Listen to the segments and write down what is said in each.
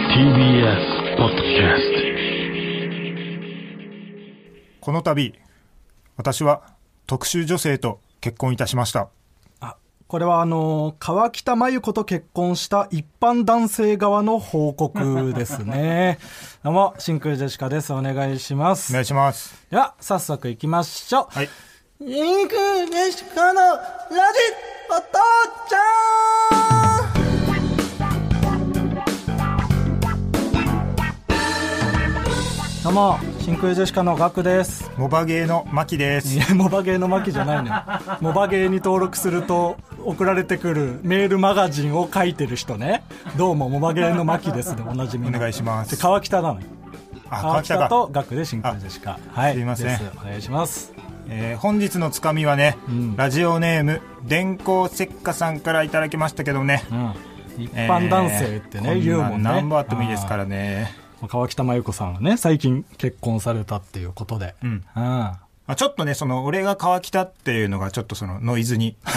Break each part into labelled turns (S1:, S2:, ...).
S1: TBS ポッドキャスト
S2: この度私は特集女性と結婚いたしました
S3: あこれはあの川北真由子と結婚した一般男性側の報告です ねどうも真空ジェシカですお願いしま
S2: お
S3: す
S2: 願いします
S3: では早速いきましょう、
S2: はい
S3: 真空ジェシカのラジお父ちゃんどうも真空ジェシカのガクです
S2: モバゲーのマキで
S3: い
S2: す
S3: やモバゲーの巻きじゃないの よモバゲーに登録すると送られてくるメールマガジンを書いてる人ねどうもモバゲーの巻きですでおなじみ
S2: お
S3: の
S2: 願いしま
S3: です川北なのよ
S2: あ
S3: 川
S2: 川北
S3: 北
S2: か、
S3: とガクで真空ジェシカはい
S2: すいません
S3: ですお願いします
S2: えー本日のつかみはね、
S3: ん
S2: ラジオネーム電光石火さんからいただきましたけどね
S3: うん一般男性ってね、
S2: えー
S3: 言
S2: こ
S3: うもん
S2: ん
S3: ね
S2: なん何本あってもいいですからね
S3: あー川北真由子さんはね最近結婚されたっていうことで
S2: ん
S3: うんま
S2: まあ、ちょっとねその俺が川北っていうのがちょっとそのノイズに
S3: あ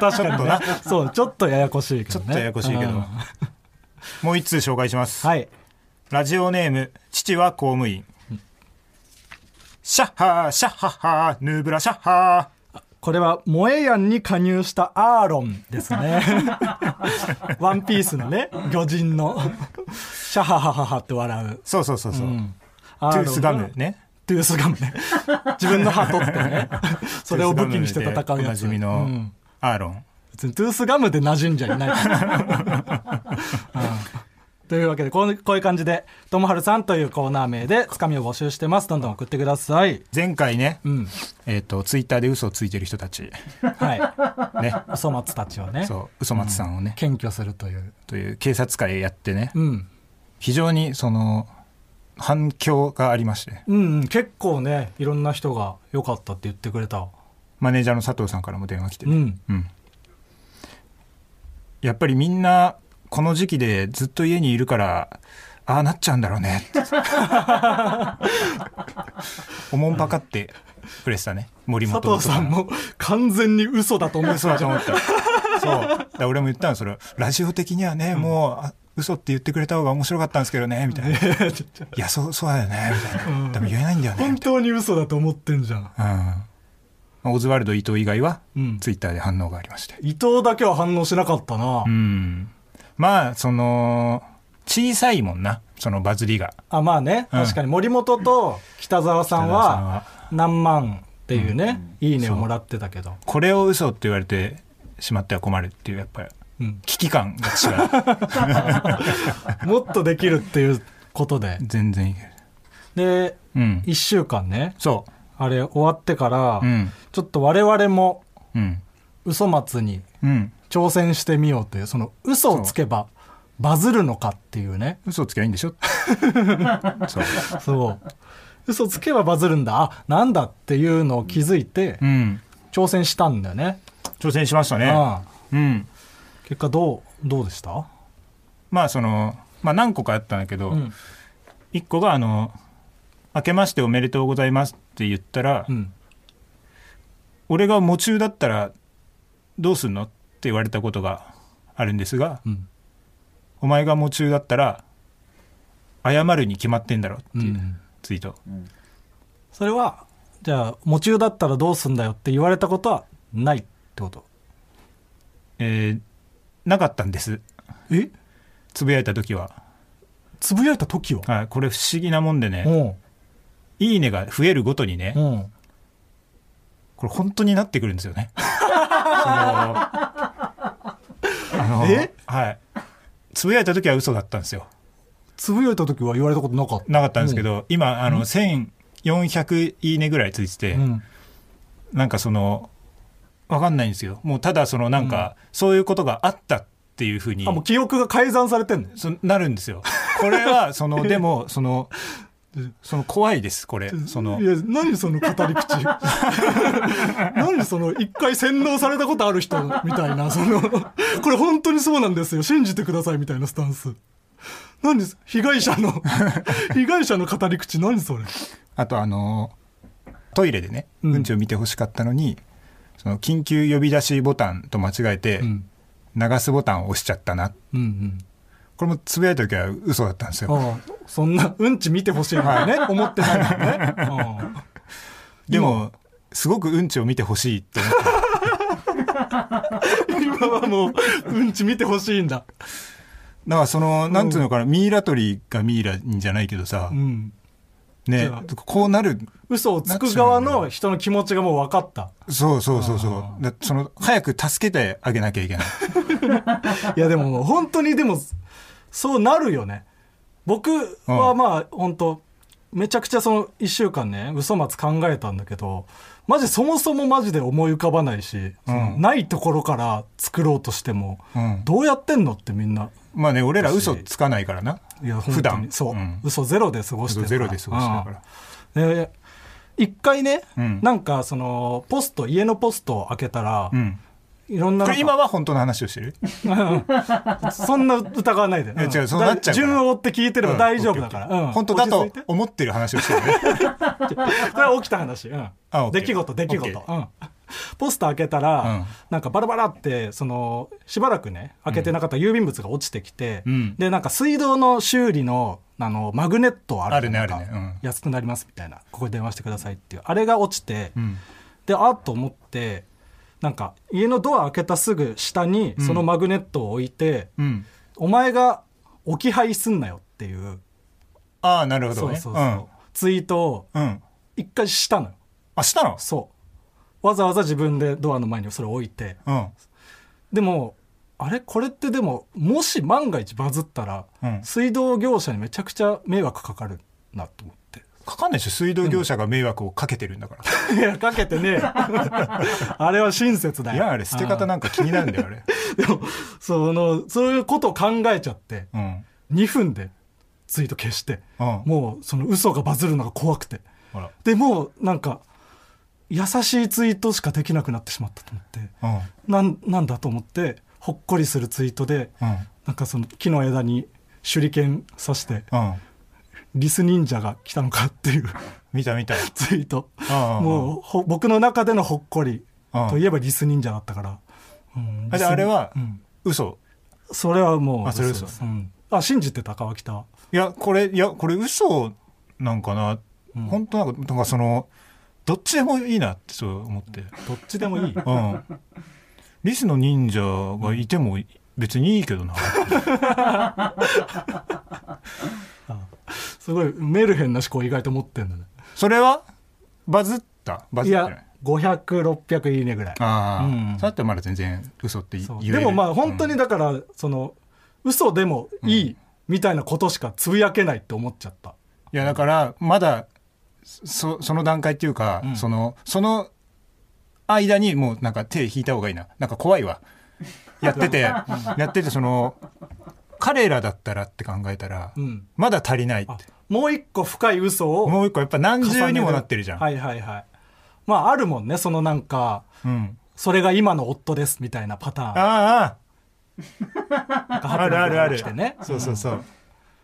S3: 確かにねそうちょっとややこしいけ
S2: ち
S3: ど
S2: ょっ
S3: ね
S2: とややこしいけど、
S3: うん
S2: もう一通紹介します、
S3: はい
S2: ラジオネーム、父は公務員。シャッハー、シャッハッハー、ヌーブラシャッハ
S3: これは、モエヤンに加入したアーロンで すね。ワンピースのね、魚人の、シャハハハハって笑う
S2: ー。。そうそうそうそう。
S3: ア
S2: トゥ
S3: ロン
S2: ー
S3: が
S2: スガム。ね。
S3: トゥースガムね。自分の歯取って ね。それを武器にして
S2: トゥ
S3: 戦
S2: ースガム
S3: う
S2: でお
S3: や
S2: な
S3: つ。
S2: じみ
S3: う
S2: の
S3: ん
S2: アーロン。
S3: 別にトゥースガムで馴染ん じゃいないから、うんというわけでこう、こういう感じで、ともはるさんというコーナー名で、つかみを募集してます。どんどん送ってください。
S2: 前回ね、
S3: うん。
S2: えっ、と、ツイッターで嘘をついてる人たち、
S3: は
S2: ね。
S3: い。嘘松たちを ね、
S2: そう、嘘松さんをね、
S3: 謙虚するという。
S2: という警察官やってね、
S3: うん。
S2: 非常にその、反響がありまして、
S3: うんうん、結構ねいろんな人が良かったって言ってくれた
S2: マネージャーの佐藤さんからも電話来て、
S3: うん
S2: うん、やっぱりみんなこの時期でずっと家にいるからああなっちゃうんだろうね おもんぱかってくれてたね森本
S3: 佐
S2: とか
S3: 藤さんも 完全に嘘だと思う
S2: 嘘だと思ったそうだから俺も言ったのそれラジオ的にはね、もうあ嘘って言ってくれた方が面白かったんですけどねみたいな「いやそうそうだよね」みたいな、多分言えないんだよね
S3: 本当に嘘だと思ってんじゃん」
S2: うんまあオズワルド伊藤以外は、
S3: うん
S2: ツイッターで反応がありまして
S3: 伊藤だけは反応しなかったな、
S2: うん。まあ、その、小さいもんな、そのバズりが。
S3: あまあね
S2: うん
S3: 確かに森本と北沢さん
S2: 北沢さんは
S3: は何万っていうね、いいねをもらってたけど
S2: これを嘘って言われてしまっては困るっていう、やっぱり、
S3: うん
S2: 危機感が違 う。
S3: もっとできるっていうこ とで
S2: 全然いける。
S3: で
S2: うん。
S3: 1週間ね
S2: そ
S3: あれ終わってから、
S2: う。うん。
S3: ちょっと我々も
S2: うん。
S3: 嘘松に
S2: うん。
S3: 挑戦してみようというその嘘をつけばバズるのかっていうね
S2: 嘘つきゃいいんでし ょそう。
S3: そう嘘つけばバズるんだあなんだっていうのを気づいて
S2: うん。
S3: 挑戦したんだよね、
S2: 挑戦しましたね。
S3: ああ
S2: うん。
S3: 結果どうどうでした、
S2: まあ、その、まあ何個かあったんだけど、
S3: うん
S2: 一個があの、明けましておめでとうございますって言ったら、
S3: うん、
S2: 俺が夢中だったらどうすんのって言われたことがあるんですが、
S3: うん
S2: お前が夢中だったら謝るに決まってんだろっていううんツイート、
S3: それはじゃあ夢中だったらどうすんだよって言われたことはないってこと
S2: えーなかったんです
S3: え
S2: つぶやいた時は、
S3: つぶやいた時は、
S2: はい、これ不思議なもんでね「いいね」が増えるごとにね
S3: うんうん
S2: これ本当になってくるんですよね そのあの
S3: え
S2: はいつぶやいた時は嘘だったんですよ
S3: つぶやいた時は言われたことなかった
S2: なかったんですけど、今あの1400いいねぐらいついてて、
S3: うん
S2: なんかその、わかんないんですよ。もうただそのなんか、そういうことがあったっていうふうに
S3: あ、もう記憶が改ざんされてんの
S2: そなるん ですよ。これは、その、でも、その、その怖いです、これ。その
S3: い、や何その語 り口何その一回洗脳されたことある人みたいなそのこれ本当にそうなんですよ信じてくださいみたいなスタンス何被害 者の被害者の語り口何それ
S2: あとあの、トイレでね、
S3: うん
S2: うんちを見てほしかったのに、その、緊急呼び出しボタンと間違えて、
S3: うん
S2: 流すボタンを押しちゃったな。
S3: うん
S2: これもつぶやいた時は嘘だったんですよ。
S3: ああそんなうんち見てほしいの はね思ってないもんねああ
S2: でも、すごくうんちを見てほしいって思っ
S3: 今はもううんち見てほしいんだ
S2: だからその、なんていうのかな、ミイラ取りがミイラじゃないけどさ
S3: う、んじ
S2: ね
S3: ゃ、
S2: こうなる、
S3: 嘘をつく側の人の気持ちがもう分かった
S2: そうそうそうそう。だその、早く助けてあげなきゃいけない。
S3: いやでも本当にでもそうなるよね僕はまあ本当めちゃくちゃその1週間ね嘘松考えたんだけどマジそもそもマジで思い浮かばないし、そのないところから作ろうとしても、
S2: うん
S3: どうやってんのってみんな
S2: まあね、俺ら嘘つかないからな。
S3: いや
S2: 普段
S3: 本当にそう、
S2: うん
S3: 嘘ゼロで過ごしてる
S2: ゼロで過ごしてるから。
S3: うんで一回ね、
S2: うん
S3: なんかそのポスト家のポストを開けたら、
S2: うん。
S3: いろんな
S2: こ
S3: なん
S2: れ
S3: か
S2: 今は本当の話をしてる
S3: そんな疑わないで。
S2: いや違うそう
S3: だ
S2: なっちゃうから
S3: 順を追って聞いてれば大丈夫だか
S2: うんオッケーオッケー
S3: ら。
S2: 本当だと
S3: 落ち着いて
S2: 思ってる話をしてるね。
S3: これは起きた話。うん
S2: あ OK
S3: 出来事、出来
S2: OK
S3: 事。うんポスター開けたら、
S2: うん
S3: なんかバラバラって、その、しばらくね、開けてなかった郵便物が落ちてきて、
S2: うん
S3: で、なんか水道の修理の、あの、マグネットあるじゃん
S2: あるね
S3: なんか
S2: あるねうん
S3: 安くなりますみたいな。ここで電話してくださいっていう。あれが落ちて、
S2: うん
S3: であっと思ってなんか家のドア開けたすぐ下にそのマグネットを置いて、
S2: うん。
S3: お前が置き配すんなよっていう
S2: ああ、なるほ
S3: そ
S2: ど
S3: う
S2: ね。
S3: そうそう、ツイートを
S2: うん。うん。
S3: 一回したのよ
S2: あ、したの
S3: そうわざわざ自分でドアの前にそれを置いて
S2: うん。
S3: でもあれこれってでももし万が一バズったら、
S2: うん
S3: 水道業者にめちゃくちゃ迷惑かかるなと思って
S2: かかんないでしょ水道業者が迷惑をかけてるんだから。
S3: いやかけて ねえよあれは親切だよ
S2: いや、あれ、捨て方なんか気になるんだよ、あれ。
S3: でもそのそういうことを考えちゃって
S2: うん。
S3: 2分でツイート消して、
S2: うん
S3: もうその嘘がバズるのが怖くて
S2: ほら。
S3: でもうなんか優しいツイートしかできなくなってしまったと思って
S2: うん。
S3: なんなんだと思ってほっこりするツイートで、
S2: うん。
S3: なんかその木の枝に手裏剣刺して
S2: うん。
S3: リス忍者が来たのかっていう
S2: 見た見た。
S3: ツイート
S2: ああ
S3: もうほ僕の中でのほっこり
S2: ああ
S3: といえばリス忍者だったから、うん
S2: あじゃああれは
S3: うん、
S2: 嘘。
S3: それはもう
S2: あそれ
S3: 嘘
S2: 嘘
S3: ですうんあ信じてた川北はい
S2: や、これ、いや、これ嘘なんかな。本当なんか、なんかその、どっちでもいいなってそう思って。
S3: どっちでも いい
S2: うん。リスの忍者がいても別にいいけ どな。
S3: すごいメルヘンな思考意外と持ってんだね
S2: それはバズったバ
S3: い
S2: ズってない
S3: や500600いいねぐらい
S2: ああ、
S3: うん
S2: そうやってまだ全然嘘って言
S3: そう
S2: える
S3: でもまあ本当
S2: うん
S3: にだから、その嘘でもいいみたいなことしかつぶやけないって思っちゃった、
S2: いやだからまだそその段階っていうか、
S3: ん
S2: そのその間にもうなんか手引いた方がいいななんか怖いわやっててやっててその彼らだったらって考えたら、
S3: うん
S2: まだ足りないって
S3: あもう一個深い嘘を
S2: もう一個やっぱ何
S3: 重ね
S2: 重
S3: る
S2: にもなってるじゃん、
S3: はいはいはいまああるもんねそのなんか
S2: うん、
S3: それが今の夫ですみたいなパターン
S2: あああ
S3: が
S2: ああるあるある
S3: 来てね
S2: そうそうそう、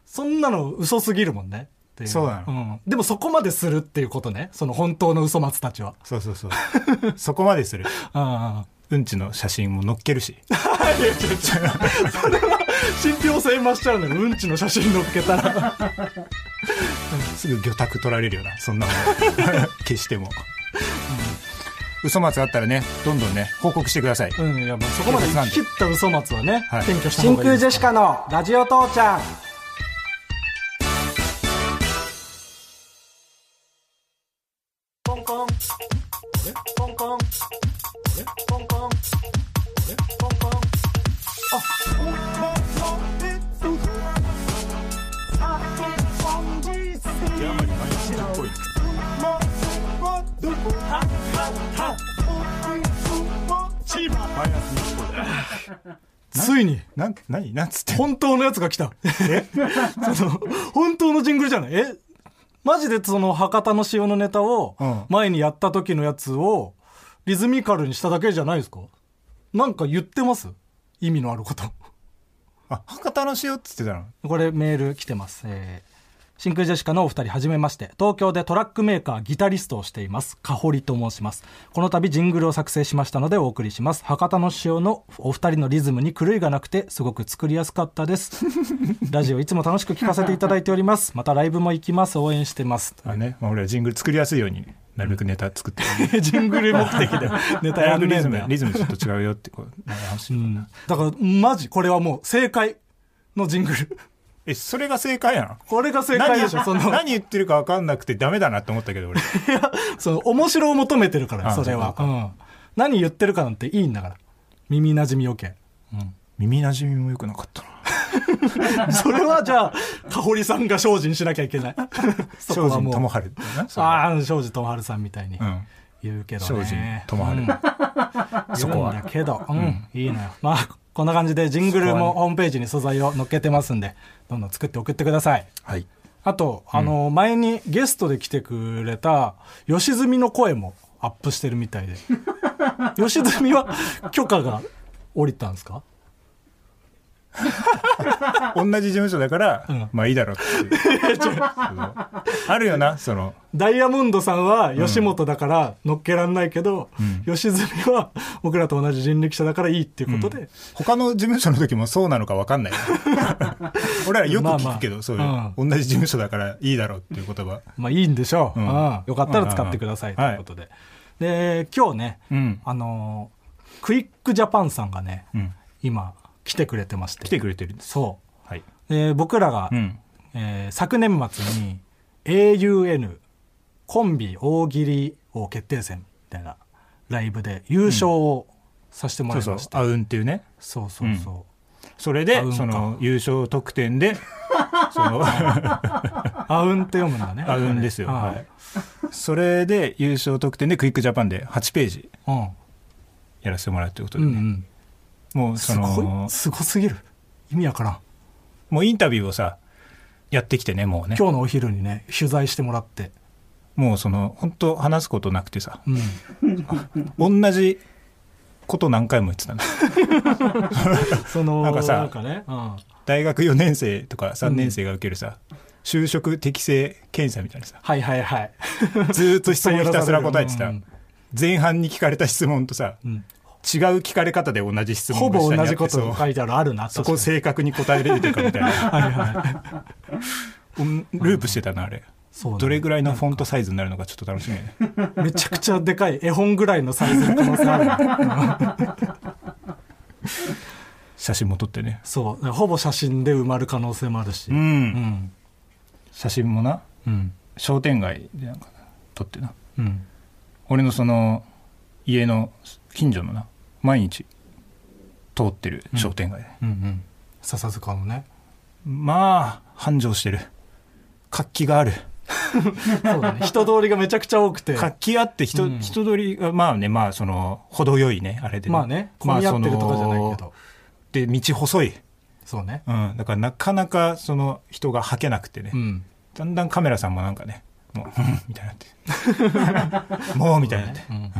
S3: そんなの嘘すぎるもんねってい
S2: そうな
S3: うん、でもそこまでするっていうことねその本当の嘘松たちは
S2: そうそうそうそこまでする
S3: あ
S2: うんちの写真も載っけるし
S3: 信憑性増しちゃうのようんちの写真載っけたら
S2: すぐ魚拓取られるよなそんなもの 消しても、嘘松あったらねどんどんね報告してください、
S3: うんいやもうそこまで言い切った嘘松はね
S2: はい
S3: 転居した方がいいです
S4: カのラジオ父ちゃんポンコンポンコンポンコンポンコン
S3: ついに
S2: なん何なんつって
S3: 本当のやつが来た その本当のジングルじゃないえマジでその博多の塩のネタを
S2: うん
S3: 前にやった時のやつをリズミカルにしただけじゃないですかなんか言ってます意味のあること
S2: あ博多の塩っつってたの
S3: これメール来てます。えー真空ジェシカのお二人はじめまして東京でトラックメーカーギタリストをしていますかほりと申しますこの度ジングルを作成しましたのでお送りします博多の塩のお二人のリズムに狂いがなくてすごく作りやすかったです ラジオいつも楽しく聞かせていただいておりますまたライブも行きます応援してます
S2: まあね、まあ、俺らジングル作りやすいようになるべくネタ作ってる、
S3: ジングル目的でネタやんね
S2: リ
S3: え
S2: ズ
S3: んだ
S2: ム
S3: よ
S2: リズムちょっと違うよってこう直してる
S3: うんだからマジこれはもう正解のジングル
S2: えそれが正解やん
S3: これが正解
S2: 何
S3: でしょその
S2: 何言ってるか分かんなくてダメだなって思ったけど俺
S3: その面白を求めてるから
S2: あ
S3: それ
S2: そう
S3: は
S2: か
S3: うん何言ってるかなんていいんだから耳なじみ余計
S2: 耳なじみも良くなかったな
S3: それは じゃあ香織さんが精進しなきゃいけないそこ
S2: 庄
S3: は
S2: 司
S3: も
S2: 智
S3: う
S2: 春ってなそれは
S3: ああー庄司智春さんみたいに
S2: うん
S3: 言うけど
S2: 庄司
S3: ね
S2: 智春、
S3: うん
S2: そこは
S3: 言うんだけどうん、いいのよまあこんな感じでジングル
S2: そこは
S3: も
S2: ね
S3: ホームページに素材を載っけてますんでどんどん作って送ってください
S2: はい
S3: あと、あの、前にゲストで来てくれた、吉住の声もアップしてるみたい で。吉住は許可が降りたんですか
S2: 同じ事務所だから、
S3: ん
S2: まあいいだろうっていうそのあるよなその
S3: ダイヤモンドさんは吉本だから乗っけらんないけど、吉住は僕らと同じ人力車だからいいっていうことで、
S2: 他の事務所の時もそうなのか分かんないよ 俺らよく聞くけど、
S3: まあまあ
S2: そういう、同じ事務所だからいいだろうっていう言葉
S3: まあいいんでしょう、
S2: うん
S3: うんよかったら使ってくださ
S2: う
S3: い
S2: ん
S3: ということで。で、今日ね、
S2: うん
S3: あの、クイックジャパンさんがね、
S2: うん
S3: 今来てくれてまして。
S2: 来てくれてるんです
S3: そう。
S2: はい
S3: えー僕らが、
S2: うん
S3: えー昨年末に AUN コンビ大喜利王決定戦みたいなライブで優勝をさせても
S2: そう
S3: らい
S2: そう
S3: ました、
S2: あうんっていうね
S3: そうそうそう
S2: それ
S3: あうん
S2: で
S3: か
S2: その優勝得点 でその
S3: あうんって読むんだね
S2: あうんですよ、
S3: は
S2: はいい、それで優勝得点でクイックジャパンで8ページやらせてもらうということ
S3: うん
S2: でね、
S3: うんうん
S2: もうそ
S3: すご
S2: の
S3: いすごすぎる意味わからん
S2: もうインタビューをさやってきてねもうね
S3: 今日のお昼にね取材してもらって
S2: もうその本当話すことなくてさ
S3: うん
S2: 同じこと何回も言って たの
S3: その
S2: なんかさ
S3: ね、うん
S2: 大学4年生とか3年生が受けるさ、就職適性検査みたいな さ
S3: はいはいはい
S2: ずーっと質問ひたすら答えて
S3: う
S2: た
S3: ん
S2: 前半に聞かれた質問とさ、
S3: ん
S2: 違う聞かれ方で同じ質問
S3: ほ
S2: を
S3: ぼ
S2: 下に
S3: 同
S2: あって
S3: じこと
S2: そ
S3: 書
S2: う
S3: いてあるあるな
S2: そこを
S3: 確かに
S2: 正確に答えれるかみたいな
S3: はいは い
S2: うんループしてたなあれ
S3: そう
S2: どれぐらいのフォントサイズになるのかちょっと楽しみね
S3: めちゃくちゃでかい絵本ぐらいのサイズの可能性ある
S2: 写真も撮ってね
S3: そうほぼ写真で埋まる可能性もあるし
S2: うん、
S3: うん
S2: 写真もな
S3: うん
S2: 商店街でなんか撮ってな
S3: うん
S2: 俺のその家の近所のな毎日通ってる商店街で、
S3: うんうん笹塚のね
S2: まあ繁盛してる活気がある
S3: そうだね人通りがめちゃくちゃ多くて
S2: 活気あって人,、
S3: うん
S2: 人通りがまあねまあその程よいねあれで、
S3: まあね混み合ってるとかじゃないけど
S2: で道細い、
S3: そうね
S2: うん、だからなかなかその人がはけなくてね、
S3: うん
S2: だんだんカメラさんもなんかねもう うんみたいになって もうみたいになって、
S3: うん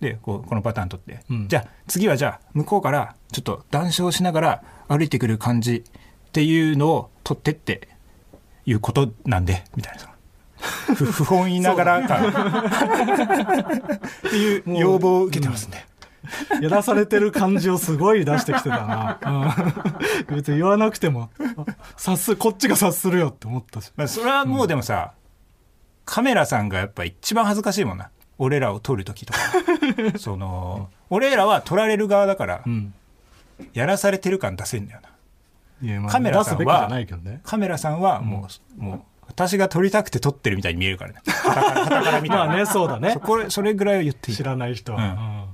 S2: でこうこのパターン取って、
S3: うん
S2: じゃあ次はじゃあ向こうからちょっと談笑しながら歩いてくる感じっていうのを取ってっていうことなんでみたいなそのふ 不本意ながら感っていう要望を受けてますんで、
S3: やらされてる感じをすごい出してきてたな、うん、別に言わなくてもあ察すこっちが察するよって思ったし
S2: まあ、それはもうでもさ、カメラさんがやっぱ一番恥ずかしいもんな俺らを撮る 時とかその俺らは撮られる側だから、
S3: うん
S2: やらされてる感出せんだよない
S3: やまあ
S2: カメラさんは
S3: 出すべきじゃないけどね
S2: カメラさんはもう、もう、私が撮りたくて撮ってるみたいに見えるからね。傍から傍から見たら。
S3: まあねそうだね
S2: そこれ、それぐらいは言っていい。
S3: 知
S2: 言
S3: らない人
S2: う
S3: は、
S2: ん
S3: うん
S2: っ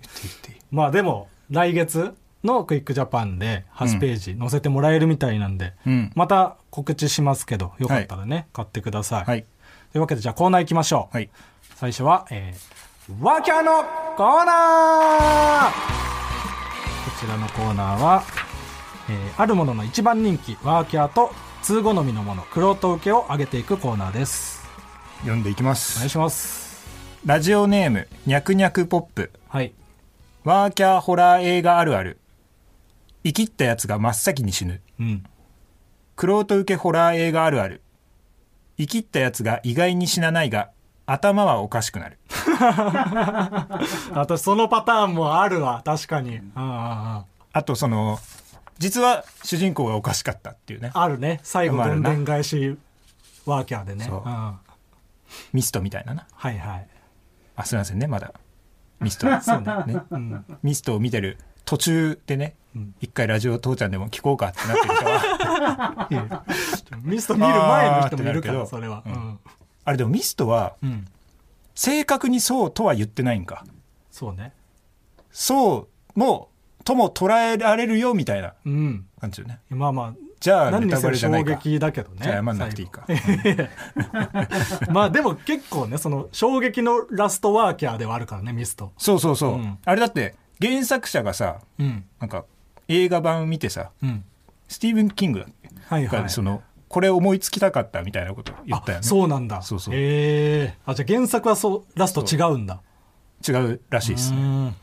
S2: ていい言っていい。
S3: まあでも来月のクイックジャパンで8ページ載せてもらえるみたいなんで、
S2: うん
S3: また告知しますけどよかったらね、買ってください、
S2: はい。
S3: というわけでじゃあコーナー行きましょう、
S2: はい。
S3: 最初は、えー、ワーキャーのコーナーこちらのコーナーは、えーあるものの一番人気ワーキャーと通好みのものクロート受けを上げていくコーナーです
S2: 読んでいきま
S3: お願い
S2: す。
S3: します
S2: ラジオネーム、にゃくにゃくポップ。
S3: はい
S2: ワーキャーホラー映画あるある。生きったやつが真っ先に死ぬ。
S3: うん
S2: クロート受けホラー映画あるある生きったやつが意外に死なないが頭はおかしくなる
S3: 私そのパターンもあるわ確かにあ
S2: あとその実は主人公がおかしかったっていうね
S3: あるね最後
S2: まあ
S3: ど
S2: ある
S3: ん
S2: な
S3: でん返しワーキャーでね
S2: そう
S3: ああ
S2: ミストみたいなな
S3: はい はい
S2: あすいませんねまだミスト
S3: そうね
S2: ね
S3: うん
S2: ミストを見てる途中でね
S3: うん
S2: 一回ラジオ父ちゃんでも聞こうかってなってる人 は
S3: ミスト見る前の人もいるか
S2: あー
S3: ら
S2: って
S3: そ
S2: な
S3: れ
S2: る
S3: は
S2: けどあれでもミストは
S3: うんうん
S2: 正確にそうとは言ってないんか
S3: そうね
S2: そうもとも捉えられるよみたいな
S3: うん
S2: 感じよね
S3: まあまあ
S2: じゃあ
S3: 何
S2: ネ
S3: に
S2: タ
S3: せ
S2: バ
S3: よ
S2: レじゃな
S3: 衝
S2: いか
S3: 撃だけどね
S2: じゃあ謝んなくていいか
S3: 最後 まあでも結構ねその衝撃のラストワーキャーではあるからねミスト
S2: そうそうそう、
S3: うん
S2: あれだって原作者がさ
S3: うん
S2: なんか映画版見てさ
S3: うん
S2: スティーブン・キングだっけ
S3: はいは
S2: が
S3: い
S2: そのこれ思いつきたかったみたいなこと言ったよ
S3: あ
S2: ね
S3: そうなんだ
S2: そうそう
S3: へえあじゃあ原作はそうラスト違うんだ
S2: 違うらしいです
S3: う
S2: ね、
S3: ん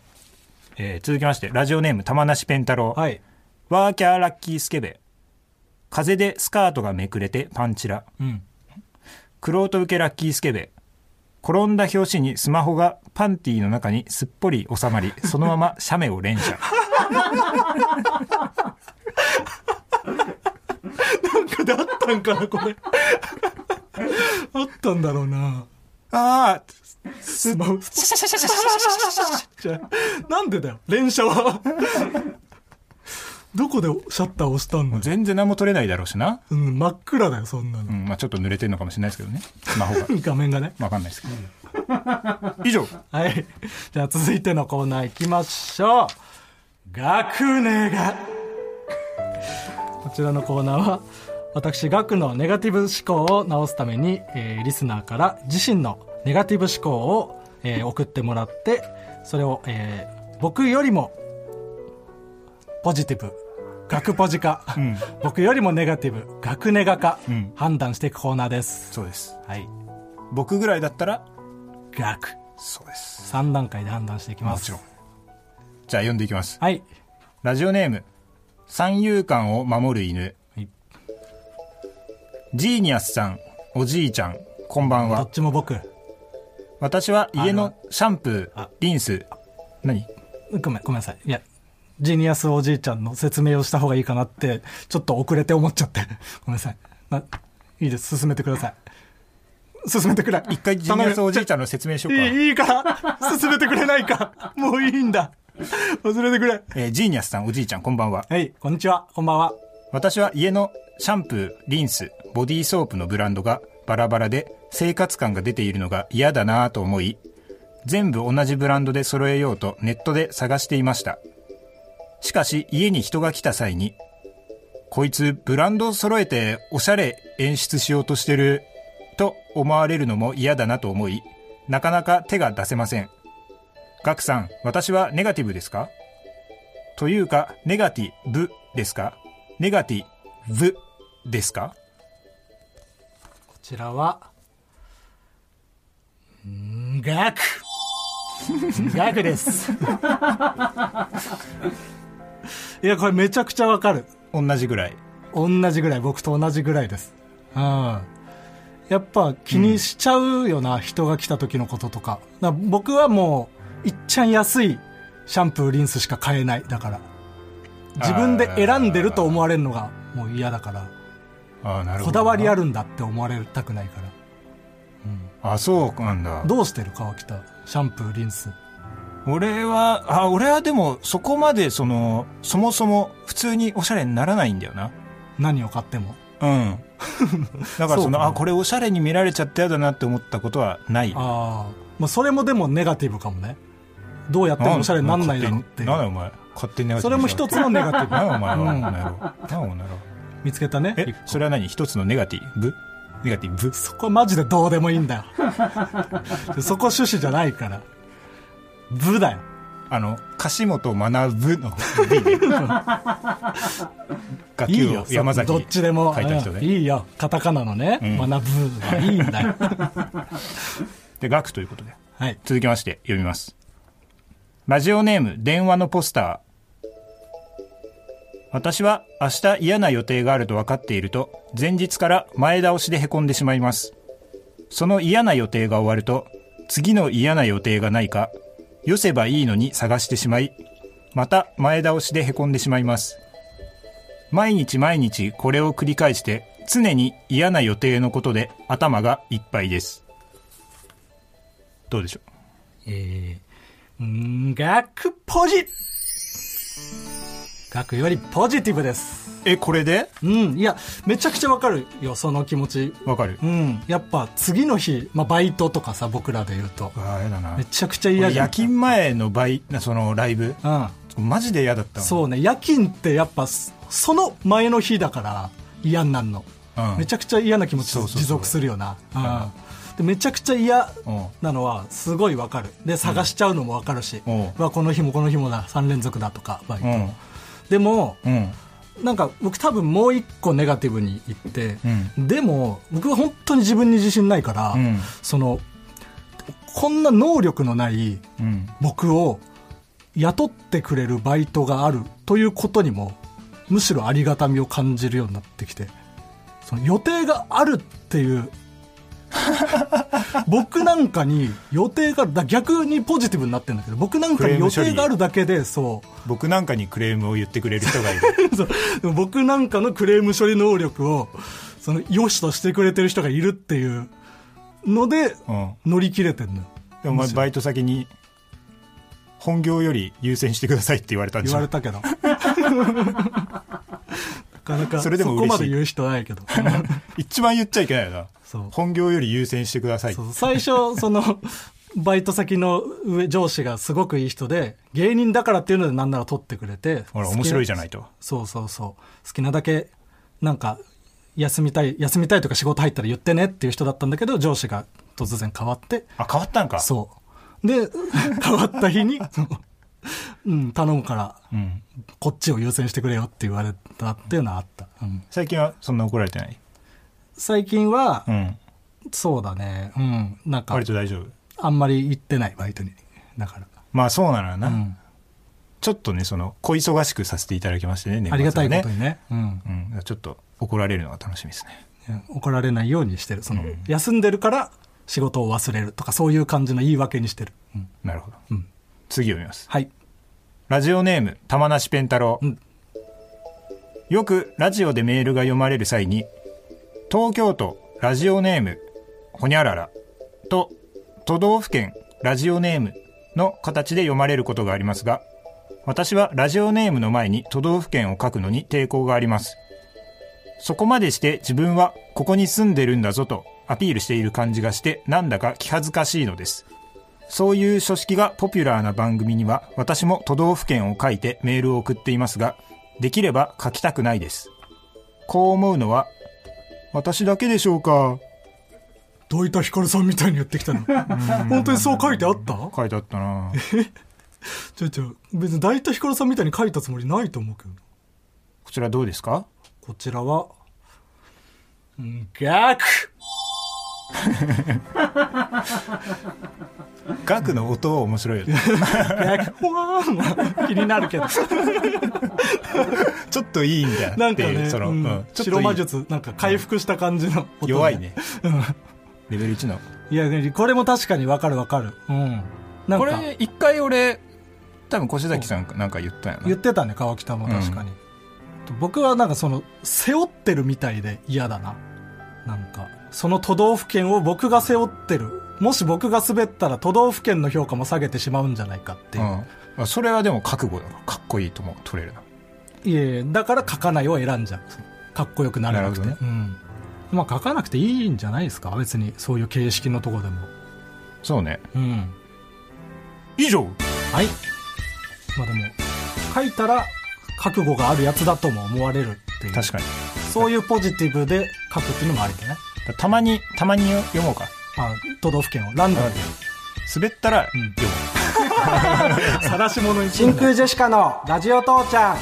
S2: えー続きましてラジオネーム玉梨ペン太郎、
S3: はい
S2: ワーキャーラッキースケベ風でスカートがめくれてパンチラ
S3: うん
S2: クロート受けラッキースケベ転んだ拍子にスマホがパンティーの中にすっぽり収まりそのまま写メを連写
S3: なんかであったんかなこれ あったんだろうな
S2: ああ
S3: スマホ
S2: シャシャシャシャシャシャシャシャ
S3: じゃあ なんでだよ連射はどこでシャッター押したんだよ
S2: 全然何も撮れないだろうしな、
S3: うん、真っ暗だよそんなの、
S2: うんまあ、ちょっと濡れてるのかもしれないですけどねスマホが
S3: 画面がね
S2: わかんないですけど、 以上
S3: はいじゃあ続いてのコーナー行きましょう学ネガこちらのコーナーは私学のネガティブ思考を直すために、えーリスナーから自身のネガティブ思考を、えー送ってもらってそれを、えー僕よりもポジティブ学ポジか、僕よりもネガティブ学ネガか、
S2: ん
S3: 判断していくコーナーです
S2: そうです
S3: はい
S2: 僕ぐらいだったら
S3: 学
S2: そうです
S3: 3段階で判断していきます
S2: もちろんじゃあ読んでいきます
S3: はい
S2: ラジオネーム三遊間を守る犬、
S3: はい
S2: ジーニアスさんおじいちゃんこんばん
S3: ど
S2: は
S3: っちも僕
S2: 私は家のシャンプー
S3: あ
S2: リンス何
S3: ごめんごめんなさいいやジーニアスおじいちゃんの説明をした方がいいかなってちょっと遅れて思っちゃって ごめんなさいないいです進めてください進めてくれ
S2: 一回ジーニアスおじいちゃんの説明しようか
S3: いいいいから進めてくれないかもういいんだ忘れてくれ
S2: えージーニアスさんおじいちゃんこんばんは
S3: はいこんにちはこんばんは
S2: 私は家のシャンプーリンスボディーソープのブランドがバラバラで生活感が出ているのが嫌だなぁと思い全部同じブランドで揃えようとネットで探していましたしかし家に人が来た際にこいつブランド揃えておしゃれ演出しようとしてると思われるのも嫌だなと思いなかなか手が出せませんガクさん私はネガティブですかというかネガティブですかネガティブですか
S3: こちらはんー学 学ですいやこれめちゃくちゃわかる
S2: 同じぐらい
S3: 同じぐらい僕と同じぐらいですうんやっぱ気にしちゃうよな、人が来た時のこととかだから僕はもういっちゃん安いシャンプーリンスしか買えないだから自分で選んでると思われるのがもう嫌だから
S2: ああなる
S3: こだわりあるんだって思われたくないから
S2: あそうなんだ
S3: どうしてる川北シャンプーリンス
S2: 俺はあ俺はでもそこまでそのそもそも普通におしゃれにならないんだよな
S3: 何を買っても
S2: うん だから
S3: そ
S2: そう
S3: か
S2: のあこれおしゃれに見られちゃってやだなって思ったことはない
S3: ああまあそれもでもネガティブかもねどうやってもおしゃれになんないだろうっていう
S2: なんだよお前勝手に
S3: それも一つのネガティブ
S2: なお前は
S3: うん
S2: なお前は
S3: 見つけたね
S2: えそれは何一つのネガティブネガティブ
S3: そこマジでどうでもいい んだよ。そこ趣旨じゃないから。ブだよ。
S2: あの、樫本学の B ね。楽
S3: い
S2: 器
S3: い
S2: を
S3: よ。
S2: 山崎
S3: どっちでも。
S2: 書いた人
S3: うん
S2: ね。
S3: いいよ。カタカナのね。
S2: ん
S3: 学ぶはいいん だよ。
S2: で、楽ということで。
S3: はい。
S2: 続きまして読みます。ラジオネーム、電話のポスター。私は明日嫌な予定があると分かっていると前日から前倒しでへこんでしまいますその嫌な予定が終わると次の嫌な予定がないかよせばいいのに探してしまいまた前倒しでへこんでしまいます毎日毎日これを繰り返して常に嫌な予定のことで頭がいっぱいですどうでしょう
S3: えー、学ポジ学よりポジティブです。
S2: えこれで
S3: うん、いや、めちゃくちゃわかるよ、その気持ち。
S2: わかる
S3: うん、やっぱ次の日、まあ、バイトとかさ、僕らで言うと。
S2: ああやだな
S3: めちゃくちゃ嫌
S2: 俺
S3: じゃん
S2: 夜勤前のバイそのライブ
S3: うん。
S2: マジで嫌だったう、
S3: そうね、夜勤ってやっぱ、そその前の日だから嫌になるの。
S2: うん、
S3: めちゃくちゃ嫌な気持ち
S2: そうそうそう
S3: 持続するよな。うん
S2: は
S3: でめちゃくちゃ嫌
S2: うん
S3: なのはすごいわかる。で、探しちゃうのもわかるし、
S2: う
S3: うんわ、この日もこの日もだ、3連続だとか、バイト。
S2: うん
S3: でも、
S2: うん
S3: なんか僕多分もう一個ネガティブに言って、
S2: う
S3: でも僕は本当に自分に自信ないから、
S2: うん
S3: そのこんな能力のない
S2: うん
S3: 僕を雇ってくれるバイトがあるということにもむしろありがたみを感じるようになってきてその予定があるっていう 僕なんかに予定があるだ逆にポジティブになってるんだけど僕なんかに予
S2: クレーム処
S3: 定
S2: 理
S3: があるだけでそう
S2: 僕なんかにクレームを言ってくれる人がい る
S3: そうでも僕なんかのクレーム処理能力をその良しとしてくれてる人がいるっていうので
S2: うん
S3: 乗り切れてるのよ
S2: でもお前バイト先に本業より優先してくださいって言われたんで
S3: 言
S2: し
S3: わ
S2: ょ
S3: れたけどなかなか
S2: そ
S3: そ
S2: れでも嬉しい
S3: こまで言う人ないけど
S2: 一番言っちゃいけないよな
S3: そう
S2: 本業より優先してください
S3: そう最初そのバイト先の上上司がすごくいい人で芸人だからっていうのでなんなら取ってくれて
S2: ほら面白いじゃないと
S3: そうそうそう好きなだけなんか休みたい休みたいとか仕事入ったら言ってねっていう人だったんだけど上司が突然変わって
S2: あ変わったんか
S3: そうで変わった日 にそのうん頼むから
S2: うん、
S3: こっちを優先してくれよって言われたっていうのはあった、うん
S2: 最近はそんな怒られてない
S3: 最近は、
S2: うん
S3: そうだねうんなんか
S2: 割と大丈夫
S3: あんまり行ってないバイトにだから
S2: まあそうなのよな、
S3: うん
S2: ちょっとねその小忙しくさせていただきましてね年
S3: あ
S2: 末
S3: りが
S2: は
S3: たい
S2: ね
S3: ことにね、うん、
S2: うん、ちょっと怒られるのが楽しみですね
S3: いや怒られないようにしてるその、休んでるから仕事を忘れるとかそういう感じの言い訳にしてる、うん
S2: なるほど、
S3: うん
S2: 次読みます
S3: はい
S2: ラジオネーム玉梨ペン太郎、
S3: うん
S2: よくラジオでメールが読まれる際に東京都ラジオネームほにゃららと都道府県ラジオネームの形で読まれることがありますが私はラジオネームの前に都道府県を書くのに抵抗がありますそこまでして自分はここに住んでるんだぞとアピールしている感じがしてなんだか気恥ずかしいのですそういう書式がポピュラーな番組には私も都道府県を書いてメールを送っていますが、できれば書きたくないです。こう思うのは、私だけでしょうか
S3: どういったヒカルさんみたいに言ってき たの本当にそう書いてあった
S2: 書いてあったな
S3: ちょいちょい別に大体ヒカルさんみたいに書いたつもりないと思うけど
S2: こちらどうですか
S3: こちらはうん学
S2: 額の音面白いよね。
S3: 学 ほわーん気になるけど
S2: ちょっといいんだ
S3: なん
S2: って
S3: か
S2: いう、
S3: ね、
S2: その、
S3: うん
S2: うんちょっといい
S3: 白魔術、なんか回復した感じの音で
S2: 弱いね。レベル1の。
S3: いや、これも確かにわかるわかる。うん。なん
S2: こ
S3: か、
S2: れ、一回俺、多分越崎さんかなんか言ったよ
S3: 言っ
S2: な。
S3: てたね、川北も確かに。僕はなんかその、背負ってるみたいで嫌だな。なんか、その都道府県を僕が背負ってる。もし僕が滑ったら都道府県の評価も下げてしまうんじゃないかっていう。
S2: うんあそれはでも覚悟だから、かっこいいとも取れるな。
S3: いやいやだから書かないを選んじゃう。かっこよくならなくて。
S2: なるほ
S3: うん。まあ書かなくていいんじゃないですか別に、そういう形式のとこでも。
S2: そうね。
S3: うん。
S2: 以上
S3: はい。まあでも、書いたら覚悟があるやつだとも思われるっていう。
S2: 確かに。
S3: そういうポジティブで書くっていうのもありでね。
S2: たまに、たまに読もうか。
S3: あ、都道府県をランダムで。
S2: 滑ったら
S3: うん
S2: 読も
S3: 晒し物に真空ジェシカのラジオ父ちゃん。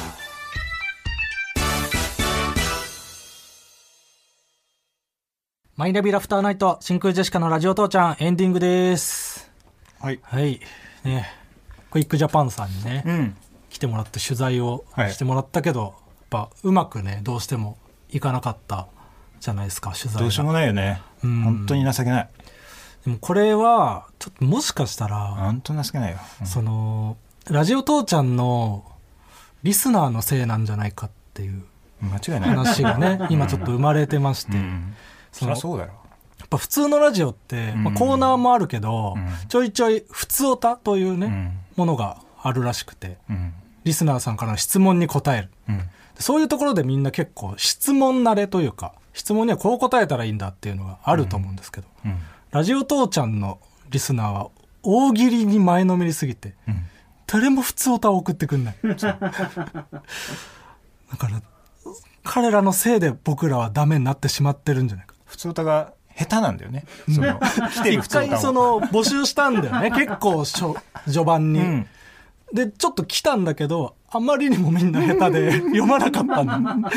S3: マイナビラフターナイト、真空ジェシカのラジオ父ちゃん、エンディングです。
S2: う。はい。
S3: はい。ね。クイックジャパンさんにね、
S2: うん。
S3: 来てもらって取材を
S2: はい
S3: してもらったけど、ぱうまくねどうしてもいかなかったじゃないですか取材が
S2: どうしようもないよね。
S3: うん
S2: 本当に情けない。
S3: でもこれはちょっともしかしたら、
S2: 本当に情けないよ。うん
S3: そのラジオ父ちゃんのリスナーのせいなんじゃないかっていう
S2: 間違いない。
S3: 話 がね今ちょっと生まれてまして、
S2: うん。そ
S3: そ
S2: り
S3: の
S2: ゃそうだろ。
S3: やっぱ普通のラジオって、ま
S2: う
S3: あ、
S2: ん
S3: コーナーもあるけど、
S2: うん
S3: ちょいちょい普通オタというね、
S2: うん
S3: ものがあるらしくて
S2: うん。
S3: リスナーさんからの質問に答える
S2: うん。
S3: そういうところでみんな結構質問慣れというか質問にはこう答えたらいいんだっていうのがあると思うんですけど、
S2: うん。
S3: ラジオ父ちゃんのリスナーは大喜利に前のめりすぎて
S2: うん。
S3: 誰も普通オタを送ってくんない だから彼らのせいで僕らはダメになってしまってるんじゃないか
S2: 普通歌が下手なんだよね。その、来てる普
S3: 一
S2: 通
S3: 回
S2: 歌を。
S3: その募集したんだよね結構しょ序盤に、
S2: うん
S3: でちょっと来たんだけどあまりにもみんな下 手で読まなかったんだ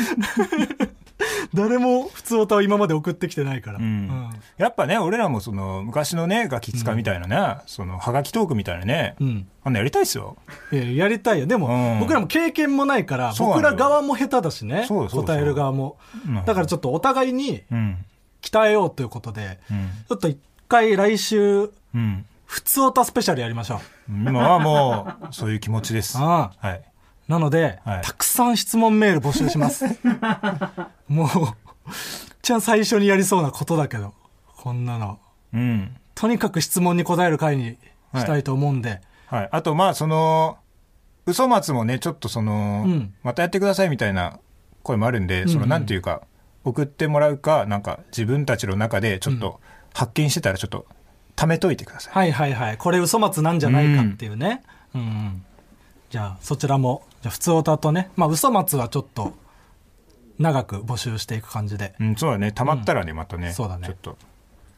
S3: 誰も普通歌を今まで送ってきてないから、
S2: うんやっぱね、俺らもその、昔のね、ガキ使みたいなね、その、はがきトークみたいなね
S3: う、ん
S2: あんなやりたいっすよ。
S3: いややりたいよでも、
S2: うん
S3: 僕らも経験もないから
S2: そうな
S3: 僕
S2: んだよ
S3: ら側も下手だしね
S2: そうそうそう
S3: 答える側も
S2: うん
S3: だからちょっとお互いに
S2: うん。
S3: 鍛えようということで、
S2: うん。
S3: ちょっと一回来週
S2: うん。
S3: 普通オタスペシャルやりましょう
S2: 今はもう、そういう気持ちです。は
S3: ああ
S2: い。
S3: なので、
S2: はい
S3: たくさん質問メール募集し ます。もう、ちゃん最初にやりそうなことだけど、こんなの。
S2: うん。
S3: とにかく質問に答える回にしたいと思うんで、
S2: はい。あと、まあ、その、嘘松もね、ちょっとその、
S3: うん
S2: またやってくださいみたいな声もあるんで、
S3: ん
S2: その、なんていうか、送ってもらうか、なんか、自分たちの中で、ちょっと、発見してたら、ちょっと、貯めといてください。
S3: はいはいはい、これ嘘松なんじゃないかっていうね。うん、うんじゃあ、そちらも、じゃあ普通オタとね、まあ嘘松はちょっと、長く募集していく感じで
S2: うん、そうだね。溜まったらね、またね、
S3: そうだね
S2: ちょっと、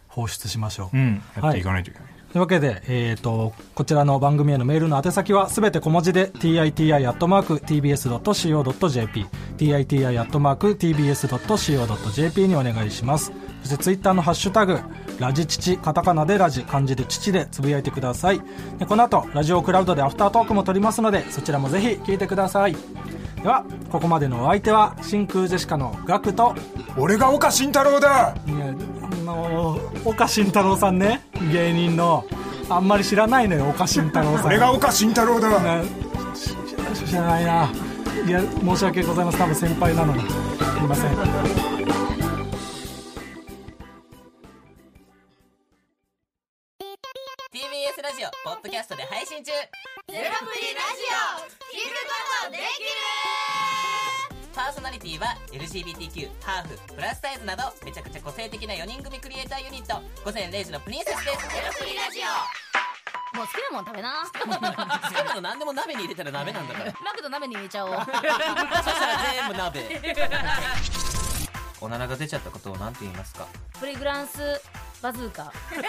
S3: 放出しましょう。
S2: うん、やっていかないといけない。
S3: というわけで、えー、とこちらの番組へのメールの宛先はすべて小文字で titi.tbs.co.jp titi.tbs.co.jp にお願いしますそしてツイッターのハッシュタグラジ父カタカナでラジ漢字で父でつぶやいてくださいでこの後ラジオクラウドでアフタートークも撮りますのでそちらもぜひ聞いてくださいではここまでのお相手は真空ジェシカのガクと
S2: 俺が岡慎太郎だ
S3: いやあの岡慎太郎さんね芸人のあんまり知らないのよ岡慎太郎さん
S2: 俺が岡慎太郎だ
S3: なし知らないないや申し訳ございません多分先輩なのにすいません
S5: ラジオポッドキャストで配信中
S6: ゼロプリラジオ聞くことできる
S5: パーソナリティは LGBTQ ハーフプラスサイズなどめちゃくちゃ個性的な4人組クリエイターユニット午前0時のプリンセスです
S6: プリラジオもう好きなもん食べな
S5: 好きなの何でも鍋に入れたら鍋なんだから
S6: マクド鍋に入れちゃおう
S5: そしたら全部鍋おならが出ちゃったことを何て言いますか
S6: プリグランスバズーカ
S5: ちな